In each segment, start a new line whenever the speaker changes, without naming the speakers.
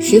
十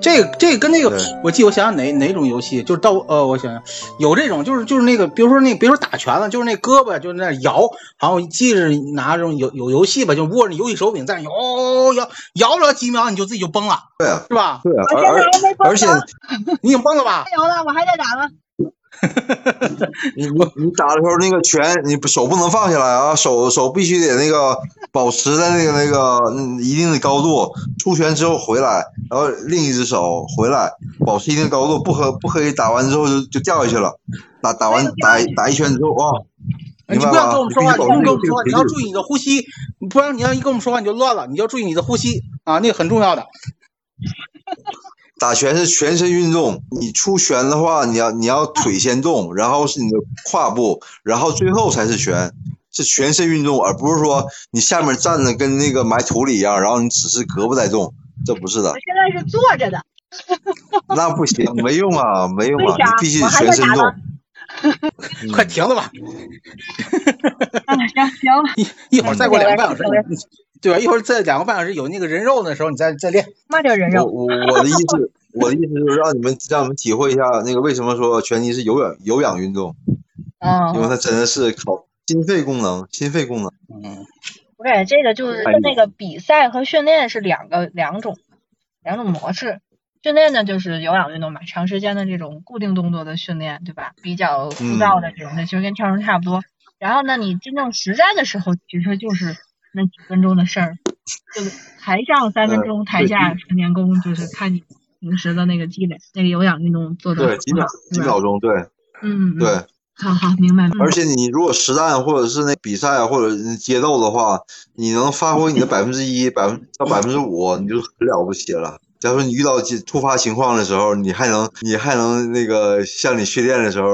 这个这个跟那个
对，
我记得我想想哪哪种游戏，就是到呃，我想想有这种，就是就是那个，比如说那别说打拳了，就是那胳膊就是那摇，然后记着拿这种有有游戏吧，就握着游戏手柄在那摇摇摇了几秒，你就自己就崩了，
对啊，
是吧？
对啊，
我
而
现在
而
还
而
没
且
你已经崩了吧？
加油了，我还在打呢。
你你你打的时候那个拳，你不手不能放下来啊，手手必须得那个保持在那个那个嗯一定的高度，出拳之后回来，然后另一只手回来，保持一定的高度，不可不可以打完之后就就掉下去了，打打完打一打一圈之后啊，
你
明
不
白
要跟
吧？
我们说话，
必
你不要跟我们说话，你
须保持这个频率
要注意你的呼吸，你不然你要一跟我们说话你就乱了，你要注意你的呼吸啊，那个很重要的。
打拳是全身运动，你出拳的话，你要你要腿先 动，然后是你的胯部，然后最后才是拳，是全身运动，而不是说你下面站着跟那个埋土里一样，然后你只是胳膊在动，这不是的
我，现在是坐着的，
那不 行，没用啊，没用啊，
为啥
你必须
我
得
还
全
在
身
打呢
动。 嗯
快停了吧，
哎行行 了，
一一会儿再过两个半小时
嗯对，
对吧？一会儿再两个半小时有那个人肉的时候，你再再练。
慢点人
我
肉。
我我的意思， 我的意思就是让你们让你们体会一下那个为什么说拳击是有氧有氧运动，因为
嗯，
它真的是靠心肺功能，心肺功能。
嗯，
我感觉这个就是
哎
跟那个比赛和训练是两个两种两种模式。训练呢，就是有氧运动嘛，长时间的这种固定动作的训练，对吧？比较枯燥的
嗯
这种的，其实跟跳绳差不多。然后呢，你真正实战的时候，其实就是那几分钟的事儿，就台上三分
呃
钟，台下十年功，就是看你平时的那个积累，那个有氧运动做的
对，几秒几秒钟，对
嗯，嗯
对。，
好好明白。嗯
而且你如果实战或者是那比赛啊或者是街斗的话，你能发挥你的百分之一、百分到百分之五，你就很了不起了。假如说你遇到几突发情况的时候，你还能你还能那个像你训练的时候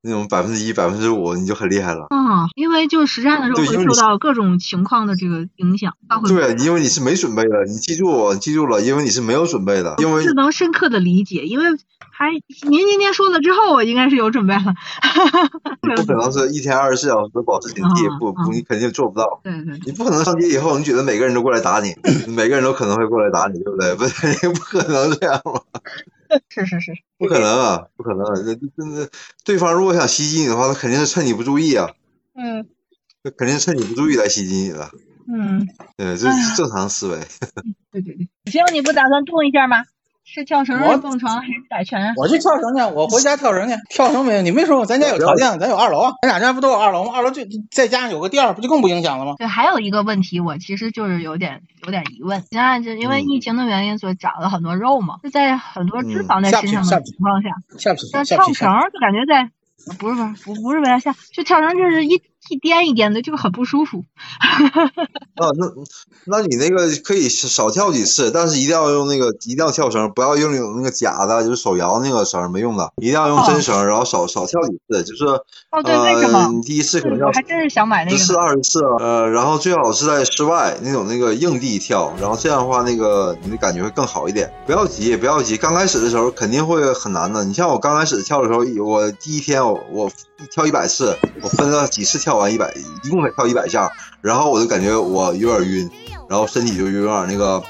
那种百分之一、百分之五，你就很厉害了。
啊，因为就实战的时候
对因为
会
你
受到各种情况的这个影响，它会
对，啊因为你是没准备的，你记住我，记住了，因为你是没有准备的，因为
哦是能深刻的理解。因为还您今天说了之后，我应该是有准备了。
你不可能是一天二十四小时都保持警惕，
啊
不
啊
不，你肯定做不到。
对对对，
你不可能上街以后，你觉得每个人都过来打你， 每个人都可能会过来打你，对不对？ 不，不可能这样吧？
是是是，
不可能啊，不可能啊！那那那对方如果想袭击你的话，他肯定是趁你不注意啊，
嗯
他肯定是趁你不注意来袭击你的。
嗯，
对，这
哎
是
呀
正常思维。
对对对。行，你不打算动一下吗？是跳绳、
我
是蹦床还是打拳 啊？
我去跳绳去，我回家跳绳去。跳绳没？你没说咱家有条件，咱有二楼啊， 咱俩家不都有二楼吗？二楼就再加上有个店儿，不就更不影响了吗？
对，还有一个问题，我其实就是有点有点疑问。现在就因为
嗯
疫情的原因，所以长了很多肉嘛，就在很多脂
嗯
肪在
下
身
去
上
下
的
去
情况下，
下不去，
但
下
跳
不去
绳。儿就感觉在，不是不是不不是为了下，就跳绳儿就是一一颠一颠的，就是很不舒服。
啊，那那你那个可以少跳几次，但是一定要用那个，一定要跳绳，不要用那种那个假的，就是手摇那个绳，没用的，一定要用真绳，然后少少跳几次，就是
哦，对，为什
呃，
么？
你第一次可能
对
要
我还真是想买
十
那个
四
呢。
二十四，呃，然后最好是在室外那种那个硬地跳，然后这样的话，那个你的感觉会更好一点。不要急，不要急，刚开始的时候肯定会很难的。你像我刚开始跳的时候，我第一天我我跳一百次，我分了几次跳完一百，一共才跳一百下，然后我就感觉我有点晕，然后身体就有点那个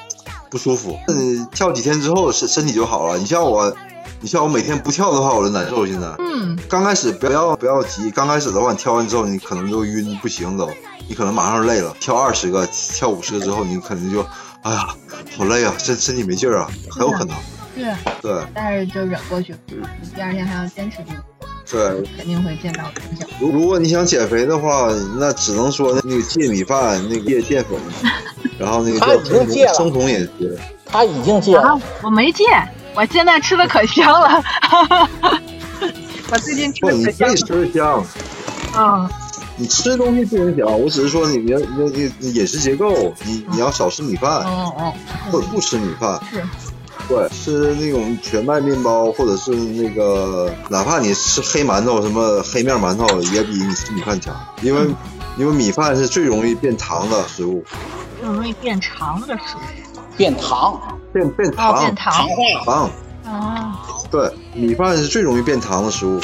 不舒服。嗯，跳几天之后身身体就好了。你像我，你像我每天不跳的话，我就难受现在。
嗯，
刚开始不要不要急，刚开始的话，你跳完之后你可能就晕不行都，你可能马上累了。跳二十个、跳五十个之后，你可能就，哎呀，好累啊，身身体没劲儿啊，很有可能。
是，
对
但是就忍过去，你第二天还要坚持住，
对，
肯定会见到成效。
如如果你想减肥的话，那只能说那个戒米饭，那个戒淀 粉，然后那个
他
叫
已经戒了
生酮也 戒。
他已经戒了，
啊，我没戒，我现在吃的可香 了。我最近吃
不，
的
你
可香
可以吃的香，
了。嗯，
你吃的东西不影响，我只是说你要你你你饮食结构，你你要少吃米饭，
哦哦，
或者不吃米饭。
是，
对，吃那种全麦面包，或者是那个，哪怕你吃黑馒头，什么黑面馒头，也比你吃米饭强，因为因为米饭是最容易变糖的食物，
就容易变长的食物，
变糖
变变
哦，
糖
变糖
糖，
啊。
对，米饭是最容易变糖的食物。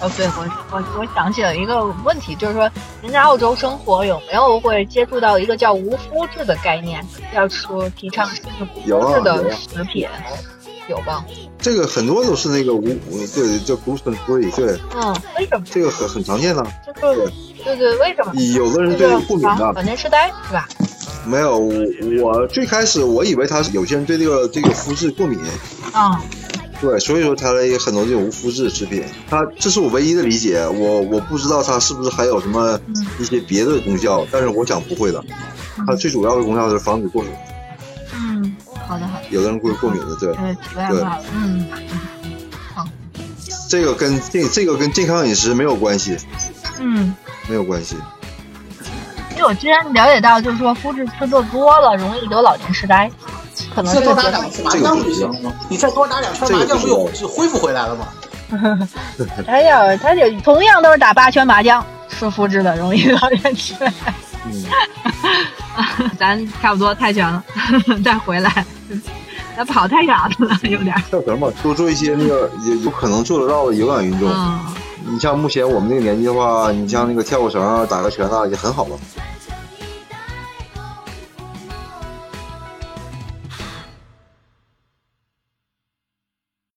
哦，对，我我我想起了一个问题，就是说，您在澳洲生活有没有会接触到一个叫无麸质的概念？要说提倡吃
有
无麸
啊
质
有
的
啊
食品，有吧？
这个很多都是那个无，对，叫 gluten free，对，
嗯，为什么？
这个很很常见的。
就是对对，为什么？
有的人对这个过敏
啊
的，
反正痴呆是吧？
没有，我我最开始我以为他是有些人对这个这个肤质过敏，
啊，
对，所以说它也很多这种无麸质的制品，它这是我唯一的理解，我我不知道它是不是还有什么
嗯
一些别的功效，但是我想不会的，它最主要的功效是防止过敏，
嗯，好的好的，
有的人会过敏的，对，
对，题外话了，嗯，
这个跟健这个跟健康饮食没有关系，
嗯。
没有关系，
因为我之前了解到，就是说肤质吃的多了，容易得老年痴呆，可能
再
是
多打
觉得
两次麻将不行吗？你再多打两圈麻将不就就恢复回来了吗？
他要他也同样都是打八圈麻将，吃肤质的容易老年痴呆。
嗯，
咱差不多太远了， 再回来，咱跑太远了，有点儿。
叫什么？多做一些那个有有可能做得到的有氧运动。
嗯
你像目前我们这个年纪的话，你像那个跳个绳啊、打个拳啊，已经很好了。